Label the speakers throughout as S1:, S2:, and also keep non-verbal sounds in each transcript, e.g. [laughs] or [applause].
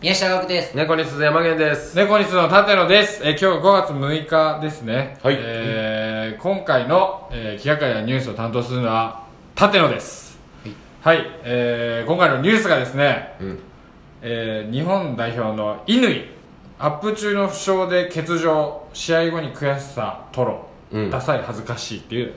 S1: 宮下学です
S2: 猫に鈴山源です
S3: 猫にすの舘野です、えー今日5月6日ですね、
S2: はい
S3: えー今回の、えー、企画やニュースを担当するのは舘野ですはい、えー今回のニュースがですね、
S2: うん
S3: えー日本代表の乾アップ中の負傷で欠場試合後に悔しさ吐露、
S2: うん
S3: ダサい恥ずかしいっていう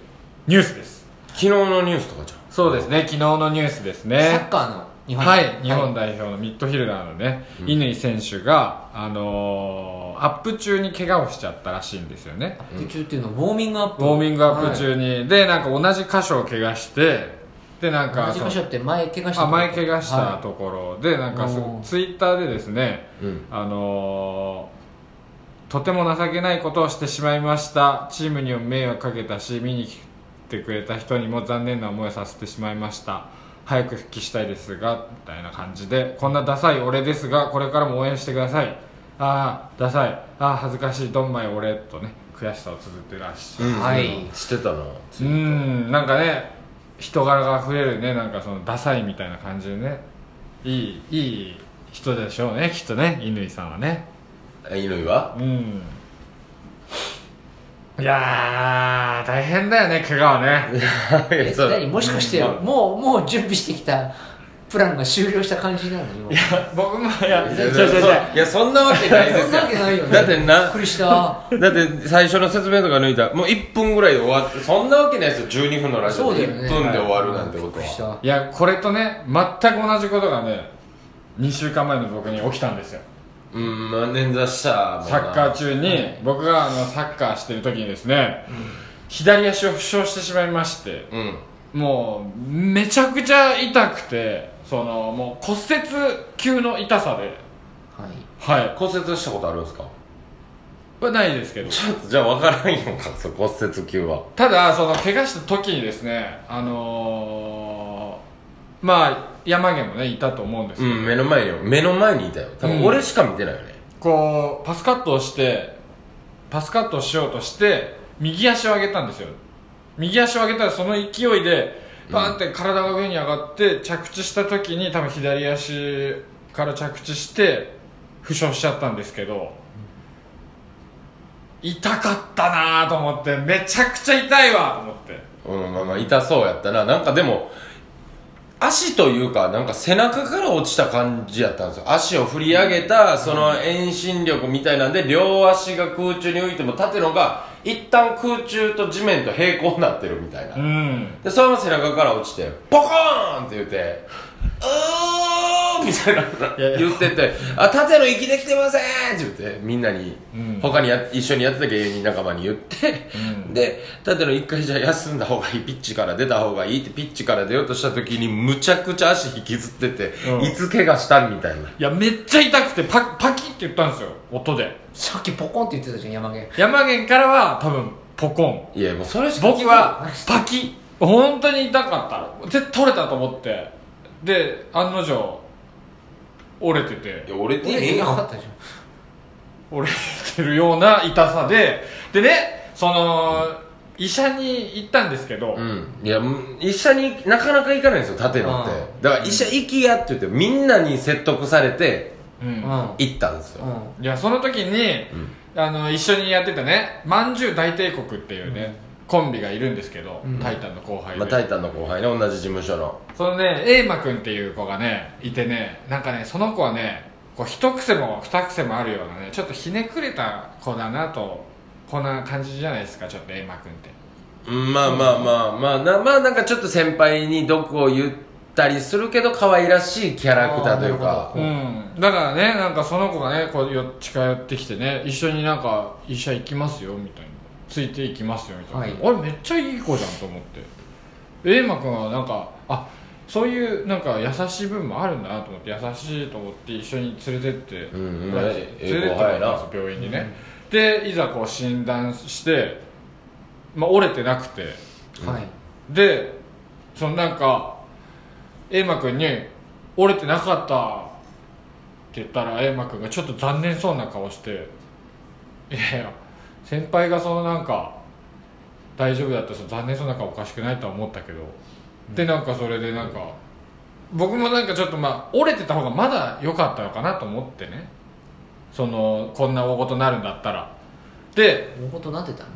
S3: ニュースです
S2: 昨日のニュースとかじゃん
S3: そうですね昨日のニュースです
S1: サ
S3: ね
S1: ッカーの日本
S3: はい、日本代表のミッドフィルダーのね、乾、選手が、あのーアップ中に怪我をしちゃったらしいんですよね、
S1: アップ中っていうのはウォーミングアップ
S3: ウォーミングアップ中に、で、なんか同じ箇所を怪我して、で、なん
S1: はい
S3: か
S1: 同じ
S3: その
S1: 箇所って前怪我した
S3: あ前怪我した
S1: は
S3: ところで、なんかす
S1: おー
S3: ツイッターでですね、
S2: うん
S3: あのーとても情けないことをしてしまいましたチームにも迷惑かけたし見に来てくれた人にも残念な思いをさせてしまいました早く復帰したいですがみたいな感じでこんなダサい俺ですがこれからも応援してくださいああダサいああ恥ずかしいどんまい俺とね悔しさを綴ってらっしゃる
S2: うん
S1: はい
S2: うんしてたな
S3: うーんなんかね人柄が増えるねなんかそのダサいみたいな感じでねいいいい人でしょうねきっとね乾さんはね
S2: 乾は
S3: うんいやー大変だよね怪我は
S1: い
S3: ね
S1: [laughs] え
S2: そう
S1: 何もしかして
S2: うん
S1: もうもう準備してきたプランが終了した感じなの今
S3: 僕もいや
S2: いや
S3: 違う
S2: いや
S3: 違う違う
S2: いやそんなわけないです
S1: そんなわけないよ
S2: よ
S1: ね
S2: だって
S1: びっ
S2: な
S1: くりした
S2: だって最初の説明とか抜いたらもう1分ぐらいで終わってそんなわけないですよ12分のラジオで
S1: そうだよね
S2: 1分で終わるなんて
S1: び
S2: こと
S1: っくりした
S2: は
S3: はいやこれとね全く同じことがね2週間前の僕に起きたんですよ
S2: うんまあ捻挫したもんな
S3: サッカー中に僕があのサッカーしてる時にですね、左足を負傷してしまいまして
S2: うん
S3: もうめちゃくちゃ痛くてそのもう骨折級の痛さで
S1: はい
S3: はい
S2: 骨折したことあるんですか
S3: これないですけど
S2: ちょっとじゃあ分からんよかそう骨折級は
S3: ただその怪我した時にですねあのー、まあ山毛もねいたと思うんです
S2: う
S3: けど、
S2: ん目の前に目の前にいたよ多分俺しか見てないよね
S3: こうパスカットをしてパスカットをしようとして右足を上げたんですよ右足を上げたらその勢いでバーンって体が上に上がって着地した時に多分左足から着地して負傷しちゃったんですけど痛かったなぁと思ってめちゃくちゃ痛いわと思って
S2: うん、まあまあ痛そうやったな。なんかでも、足というか、なんか背中から落ちた感じやったんですよ。足を振り上げた、その遠心力みたいなんで、両足が空中に浮いても、縦のが、一旦空中と地面と平行になってるみたいな。
S3: うん
S2: で、そのまま背中から落ちて、ポコーンって言って、うーみたい
S3: いやい
S2: な
S3: や
S2: 言ってて、あ、縦の息できてませんって言って、みんなに、
S3: うん
S2: 他にや一緒にやってた芸人仲間に言って、
S3: うん
S2: で、縦の一回じゃあ休んだ方がいい、ピッチから出た方がいいって、ピッチから出ようとした時に、むちゃくちゃ足引きずってて、
S3: うん
S2: いつ怪我したみたいな。
S3: いやめっちゃ痛くてパパキって言ったんですよ音で
S1: さっきポコンって言ってたじゃん山毛
S3: 山源からは多分ポコン
S2: いや、もうそれしか
S3: 僕はパキ本当に痛かった絶対取れたと思ってで案の定折れて
S2: い
S3: て
S2: や、俺って
S1: 俺
S2: い
S1: い
S2: い
S1: な
S2: よ。
S1: かったじゃん
S3: 折れてるような痛さででねその医者に行ったんですけど、
S2: うん、いやうん医者になかなか行かないんですよ縦のって
S1: う
S2: だから医者行きやって言ってみんなに説得されて
S3: うん
S1: う
S2: 行ったんですよ、
S1: んうん
S3: いやその時に、あの一緒にやってたねまんじゅう大帝国っていうね、コンビがいるんですけど、
S1: うん
S3: タイタンの後輩で、
S2: まあ、タイタンの後輩ね同じ事務所の
S3: そのねエイマくんっていう子がねいてねなんかねその子はねこう一癖も二癖もあるようなねちょっとひねくれた子だなとこんな感じじゃないですかちょっとエイマくんって
S2: うんまあまあまあまあなまあなんかちょっと先輩に毒を言ったりするけど可愛らしいキャラクターというか
S1: あー
S3: う
S1: なん
S3: だからねなんかその子がねこうよ近寄ってきてね一緒になんか医者行きますよみたいなついて行きますよみたいな、
S1: はい
S3: あれめっちゃいい子じゃんと思ってエイマくんはなんかあそういうなんか優しい部分もあるんだなと思って優しいと思って一緒に連れてって、
S2: うんうん
S3: 連れてってもらったんですよ病院にね、でいざこう診断して、まあ、折れてなくて
S1: はい
S3: でそのなんかエイマくんに「折れてなかった」って言ったらエイマくんがちょっと残念そうな顔して「いやいや先輩がそのなんか大丈夫だったらその残念そうな顔おかしくないとは思ったけど」でなんかそれでなんか僕もなんかちょっとまあ折れてた方がまだ良かったのかなと思ってねそのこんな大事になるんだったらで
S1: 大事になってたの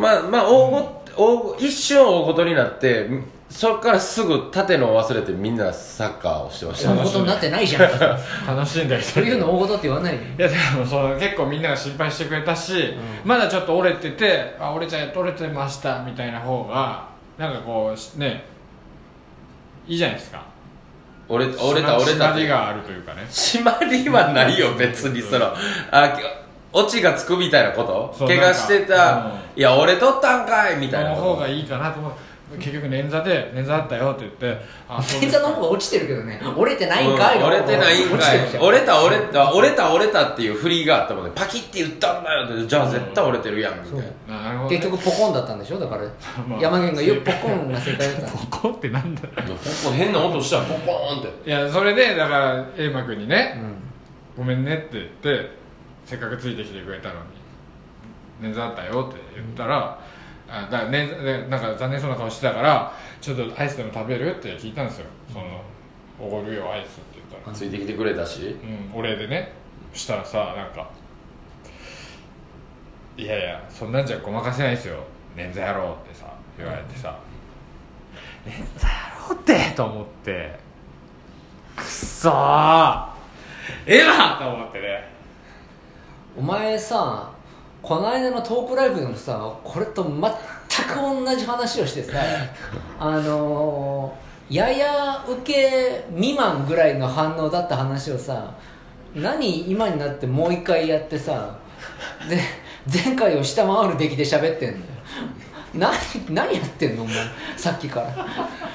S2: まあまあ大ご、大ご一瞬大ごとになってそっからすぐ縦のを忘れてみんなサッカーをしてました
S1: 大事になってないじゃん
S3: 楽しんだりす
S1: そう
S3: る
S1: いうの大事って言わないよ
S3: いやでもその結構みんなが心配してくれたし、まだちょっと折れててあ折れちゃい折れてましたみたいな方がなんかこうしねいいじゃないですか
S2: 折れ折れた折れた
S3: 縛りがあるというかね
S2: 締まりはないよ別にそのあきオチがつくみたいなこ
S3: そ
S2: と
S3: う
S2: 怪我して
S3: なん
S2: た、
S3: か
S2: いや俺取ったんかいみ
S3: そ
S2: たいな
S3: の
S2: こ
S3: 方
S2: と
S3: がいいかなと思う結局捻挫で捻挫あったよって言ってあそうで
S1: 天
S3: すか
S1: 座の方が落ちてるけどね折れてないんかい
S2: うん折れてないん
S1: 落ち
S2: か
S1: てるじ
S2: い
S1: ゃん
S2: 折れた折れた折れた折れたっていう振りがあったもんねパキって言ったんだよってじゃあ絶対折れてるやんみたいな
S3: ななるほどね
S1: 結局ポコンだったんでしょだ
S2: [laughs]
S1: から、
S3: まあ
S1: 山源がよくポコンな正解だったの
S3: ここってなんだ
S2: いやほんと変な音したらポコーンって
S3: いやそれでだから瑛馬君にね、
S1: う
S3: ごめんねって言ってせっかくついてきてくれたのに捻挫あったよって言ったら、あだね、ねなんか残念そうな顔してたからちょっとアイスでも食べるって聞いたんですよその「おごるよアイス」って言ったら、
S2: ついてきてくれたし
S3: うん、お礼でねしたらさなんか「いやいやそんなんじゃごまかせないですよ捻挫やろう」ってさ言われてさ「捻挫やろうって!」と思ってくっそーエヴァと思ってね
S1: んお前さこの間のトークライブでもさこれと全く同じ話をしてさあのー、やや受け未満ぐらいの反応だった話をさ何今になってもう一回やってさで前回を下回る出来で喋ってんのよ何何やってんのお前さっきから
S2: い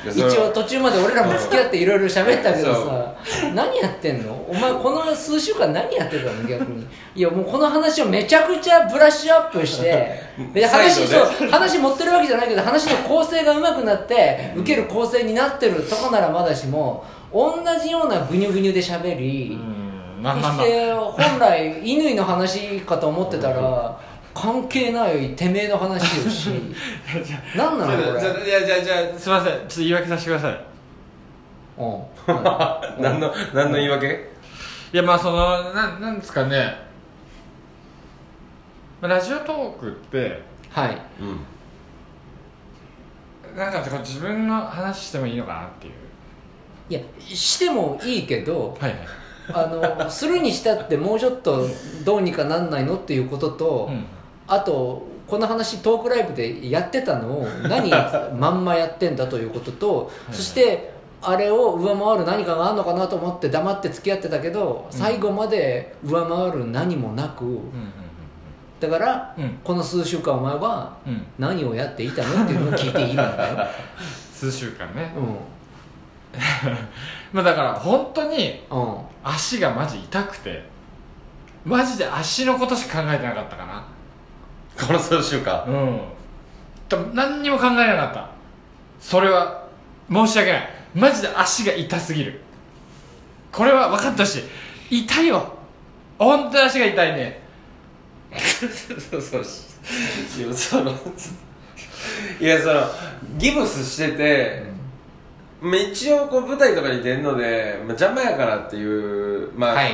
S2: やそ
S1: 一
S2: れは
S1: 応途中まで俺らも付き合っていろいろ喋ったけど
S2: そう
S1: さ何やってんのお前この数週間何やってたの逆にいやもうこの話をめちゃくちゃブラッシュアップ
S3: [laughs]
S1: してで話,、
S2: 再度ね
S1: そう話持ってるわけじゃないけど話の構成が上手くなって受ける構成になってるとこならまだしも同じようなぐにゅぐにゅで喋り、
S3: うん
S1: そ
S3: まあまあ
S1: し
S3: まあ
S1: て本来乾の話かと思ってたら関係ないてめえの話よ
S3: [laughs]
S1: し何なのこれ
S3: じゃあじゃあじゃあじゃあすいませんちょっと言い訳させてください
S1: うん
S2: 何の何の言い訳
S3: いやまあそのなんなんですかねまあラジオトークって
S1: はい
S2: うん
S3: なんかこう自分の話してもいいのかなっていう
S1: いやしてもいいけど
S3: はいはい
S1: あのするにしたってもうちょっとどうにかなんないのっていうことと、
S3: うん
S1: あとこの話トークライブでやってた
S3: [laughs]
S1: のを何まんまやってんだということとそしてあれを上回る何かがあるのかなと思って黙って付き合ってたけど最後まで上回る何もなく
S3: うん
S1: だから
S3: うん
S1: この数週間お前は
S3: うんうん
S1: 何をやっていたのっていうのを聞いているんだよ、
S3: [laughs] 数週間ね
S1: う
S3: まあだから本当に
S1: んうん、
S3: 足がマジ痛くてマジで足のことしか考えてなかったかな
S2: この数週間
S3: うん多分何にも考えなかったそれは申し訳ないマジで足が痛すぎるこれは分かったしい痛いよ本当に足が痛いね
S2: そうそういやそのいやそのギブスしてて、まあ一応こう舞台とかに出るので、まあ、邪魔やからっていうまあ、
S1: はい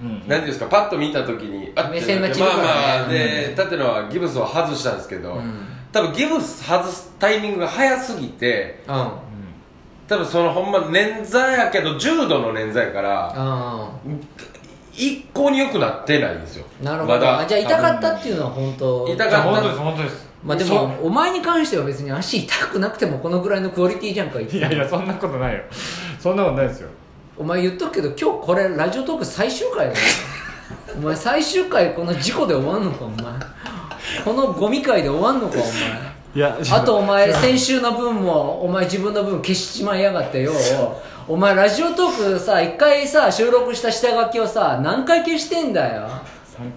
S3: う
S2: な
S3: ん
S2: んていうんですかパッと見た時にあっ
S1: 目
S2: て
S1: 線
S2: な
S1: が
S2: っ
S1: 違う
S2: て
S1: から
S2: ま
S1: ね
S2: あまあで舘野はギブスを外したんですけど、
S1: うん
S2: 多分ギブス外すタイミングが早すぎて
S1: うんうん
S2: 多分そのほんま捻挫やけど重度の捻挫やから一向に良くなってないんですよ
S1: なるほ
S2: ま
S1: ど、
S2: だ
S1: あじゃあ痛かったっていうのは本当
S2: 痛かっ
S3: いや本当です本当です
S1: まあでもお前に関しては別に足痛くなくてもこのぐらいのクオリティじゃんか言っ
S3: そ
S1: て
S3: いやいやそんなことないよそんなことないですよ
S1: お前言っとくけど今日これラジオトーク最終
S3: [laughs]
S1: 回だよお前最終回この事故で終わんのかお前このゴミ会で終わんのか
S3: [laughs]
S1: お
S3: いや
S1: 前あ [laughs] とお前先週の分もお前自分の分消しちまいやがってよお前ラジオトークさ一回さ収録した下書きをさ何回消してんだよ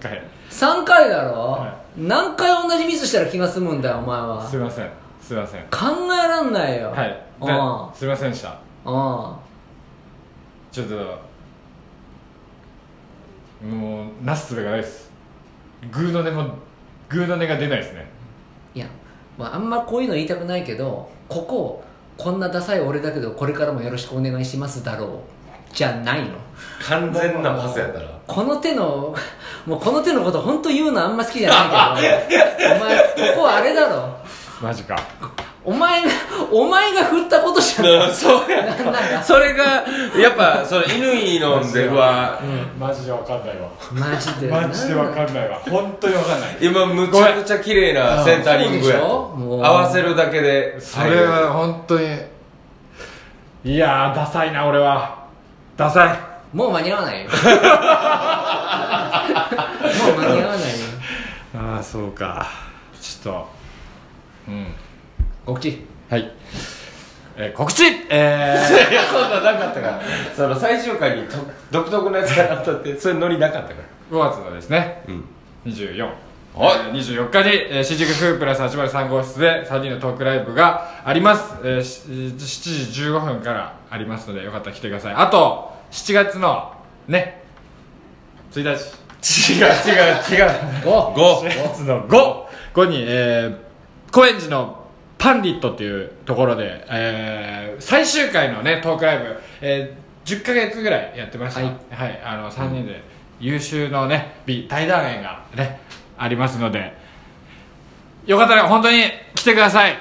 S3: 3回
S1: 3回だろ、
S3: は
S1: 何回同じミスしたら気が済むんだよお前は
S3: すいませんすいません
S1: 考えらんないよ
S3: は
S1: あ
S3: いですいませんでした
S1: ああ
S3: ちょっともうなすすべがないですグーの音もグーの音が出ないですね
S1: あいや、まあ、あんまこういうの言いたくないけどこここんなダサい俺だけどこれからもよろしくお願いしますだろうじゃないの
S2: 完全なパスやったら
S1: この手のもうこの手のこと本当言うのあんま好きじゃないけどお前ここあれだろ
S3: マジか
S1: お前がお前が振ったことじゃない
S2: うん [laughs] そうや
S1: なんなんだ
S2: それがやっぱその乾のでは
S3: マジでわかんないわ
S1: マジで
S3: マジでわ
S1: なんだ
S3: かんないわ本当にわかんない
S2: 今むちゃくちゃ綺麗なセンタリングや
S1: そうでしょも
S2: 合
S1: う
S2: わせるだけで
S3: それは本当にいやーダサいな俺はダサい
S1: もう間に合わ
S3: [laughs]
S1: ないよもう間に合わないよ
S3: ああそうかちょっとうん
S1: 告知
S3: はい、えー告知え [laughs] ー
S2: いやそんななかったからその最終回にと独特なやつがあったってそれノリなかったから
S3: 5月のですね、
S2: うん
S3: 24
S2: はい
S3: えー24日に、えー、新宿フープラス803号室で3人のトークライブがあります、えーし7時15分からありますのでよかったら来てくださいあと7月のね1
S2: [laughs]
S3: 日
S2: 違う違う違う
S1: お
S2: 5
S3: 7月の55に、えー、高円寺のパンディットっていうところで、えー最終回のねトークライブ、えー10ヶ月ぐらいやってました
S1: は
S3: はいい、あの3人で優秀のね美対談演がねありますのでよかったら本当に来てください